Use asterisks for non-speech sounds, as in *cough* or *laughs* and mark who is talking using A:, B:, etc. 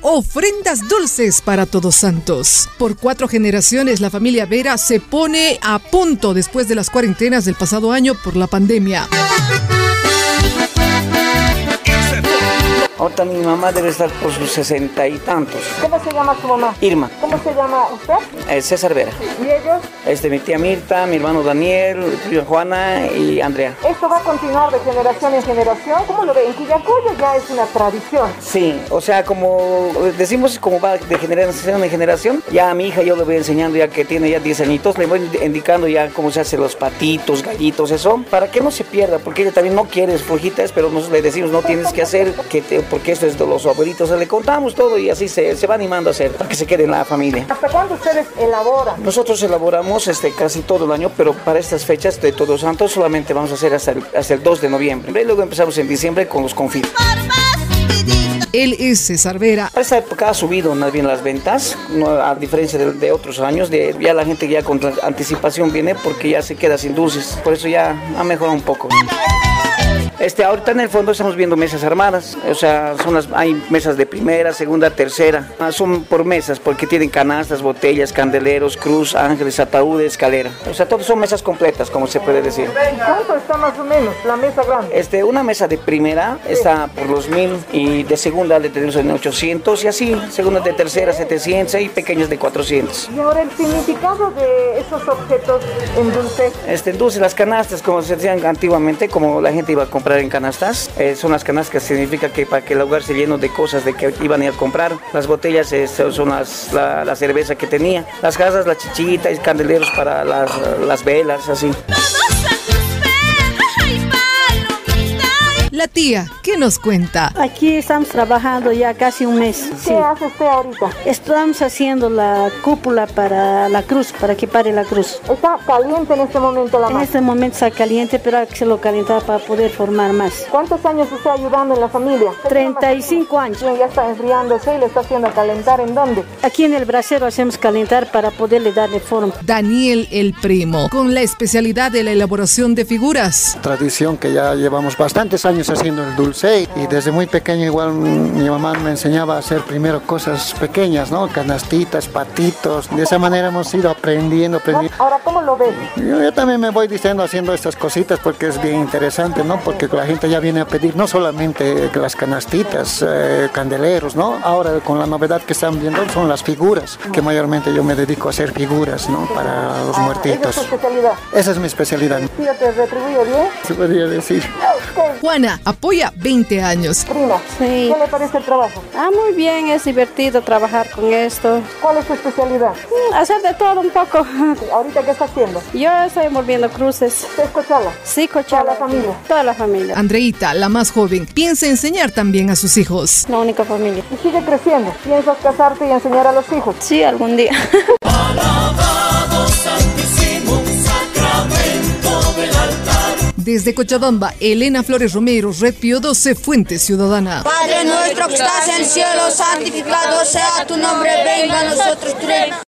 A: ofrendas dulces para Todos Santos. Por cuatro generaciones, la familia Vera se pone a punto después de las cuarentenas del pasado año por la pandemia.
B: Ahorita mi mamá debe estar por sus sesenta y tantos.
C: ¿Cómo se llama su mamá?
B: Irma,
C: ¿Cómo se llama usted?
B: eh, César Vera.
C: ¿Y ellos?
B: Este, mi tía Mirta, mi hermano Daniel, tía Juana y Andrea.
C: Esto va a continuar de generación en generación. ¿Cómo lo ve? En Quillacoyo ya es una tradición.
B: Sí, o sea, como decimos, como va de generación en generación, ya a mi hija yo le voy enseñando, ya que tiene ya 10 añitos, le voy indicando ya cómo se hacen los patitos, gallitos, eso, para que no se pierda, porque ella también no quiere flojitas, pero nosotros le decimos, no tienes que hacer, que te- porque esto es de los abuelitos, o sea, le contamos todo y así se, se va animando a hacer, para que se quede en la familia.
C: ¿Hasta cuándo ustedes elaboran?
B: Nosotros elaboramos este, casi todo el año, pero para estas fechas de Todos Santos solamente vamos a hacer hasta el, hasta el 2 de noviembre. Y luego empezamos en diciembre con los confites.
A: Él es César Vera.
B: Para esta época ha subido más bien las ventas, no, a diferencia de, de otros años, de- ya la gente ya con tra- anticipación viene porque ya se queda sin dulces, por eso ya ha mejorado un poco. Este, ahorita en el fondo estamos viendo mesas armadas, o sea, son las, hay mesas de primera, segunda, tercera, Ah, son por mesas porque tienen canastas, botellas, candeleros, cruz, ángeles, ataúdes, escalera, o sea, todos son mesas completas, como se puede decir.
C: ¿En cuánto está más o menos la mesa grande?
B: Este, una mesa de primera está por los mil y de segunda le tenemos en 800 y así, segundas de tercera 700 y pequeños de 400.
C: Y ahora el significado de esos objetos en dulce.
B: Este, entonces las canastas, como se decían antiguamente, como la gente iba a comprar en canastas, eh, son las canastas que significa que para que el hogar se lleno de cosas de que iban a ir a comprar. Las botellas eh, son son las, la, la cerveza que tenía, las casas, la chichita y candeleros para las, las velas, así.
A: La tía, ¿qué nos cuenta?
D: Aquí estamos trabajando ya casi un mes. Sí.
C: ¿Qué hace usted ahorita?
D: Estamos haciendo la cúpula para la cruz, para que pare la cruz.
C: Está caliente en este momento la
D: En
C: masa.
D: este momento está caliente, pero hay que se lo calentar para poder formar más.
C: ¿Cuántos años está ayudando en la familia?
D: 35 años.
C: Bien, ya está enfriándose y le está haciendo calentar. ¿En dónde?
D: Aquí en el brasero hacemos calentar para poderle darle forma.
A: Daniel el Primo, con la especialidad de la elaboración de figuras.
E: tradición que ya llevamos bastantes años haciendo el dulce y desde muy pequeño igual mm, mi mamá me enseñaba a hacer primero cosas pequeñas, ¿no? Canastitas, patitos, de esa manera hemos ido aprendiendo, aprendiendo.
C: Ahora, ¿cómo lo ve?
E: Yo, yo también me voy diciendo haciendo estas cositas porque es bien interesante, ¿no? Porque la gente ya viene a pedir no solamente las canastitas, eh, candeleros, ¿no? Ahora con la novedad que están viendo son las figuras, que mayormente yo me dedico a hacer figuras, ¿no? Para
C: Esa
E: los
C: es
E: muertitos.
C: su especialidad.
E: Esa es mi especialidad,
C: Tío, te retribuye bien.
E: se podría decir.
A: Juana apoya 20 años.
C: Prima,
F: Sí.
C: ¿qué le parece el trabajo?
F: Ah, muy bien, es divertido trabajar con esto.
C: ¿Cuál es su especialidad?
F: Mm, Hacer de todo un poco. *laughs*
C: ¿Ahorita qué está haciendo?
F: Yo estoy envolviendo cruces.
C: ¿Usted escuchala?
F: Sí, cochaba.
C: Toda la familia.
F: Toda la familia.
A: Andreita, la más joven, piensa enseñar también a sus hijos.
F: La única familia.
C: Y sigue creciendo. ¿Piensas casarte y enseñar a los hijos?
F: Sí, algún día. *laughs*
A: Desde Cochabamba, Elena Flores Romero, Red Pío 12, Fuente Ciudadana.
G: Padre nuestro que estás en el cielo, santificado sea tu nombre, venga a nosotros tu reino.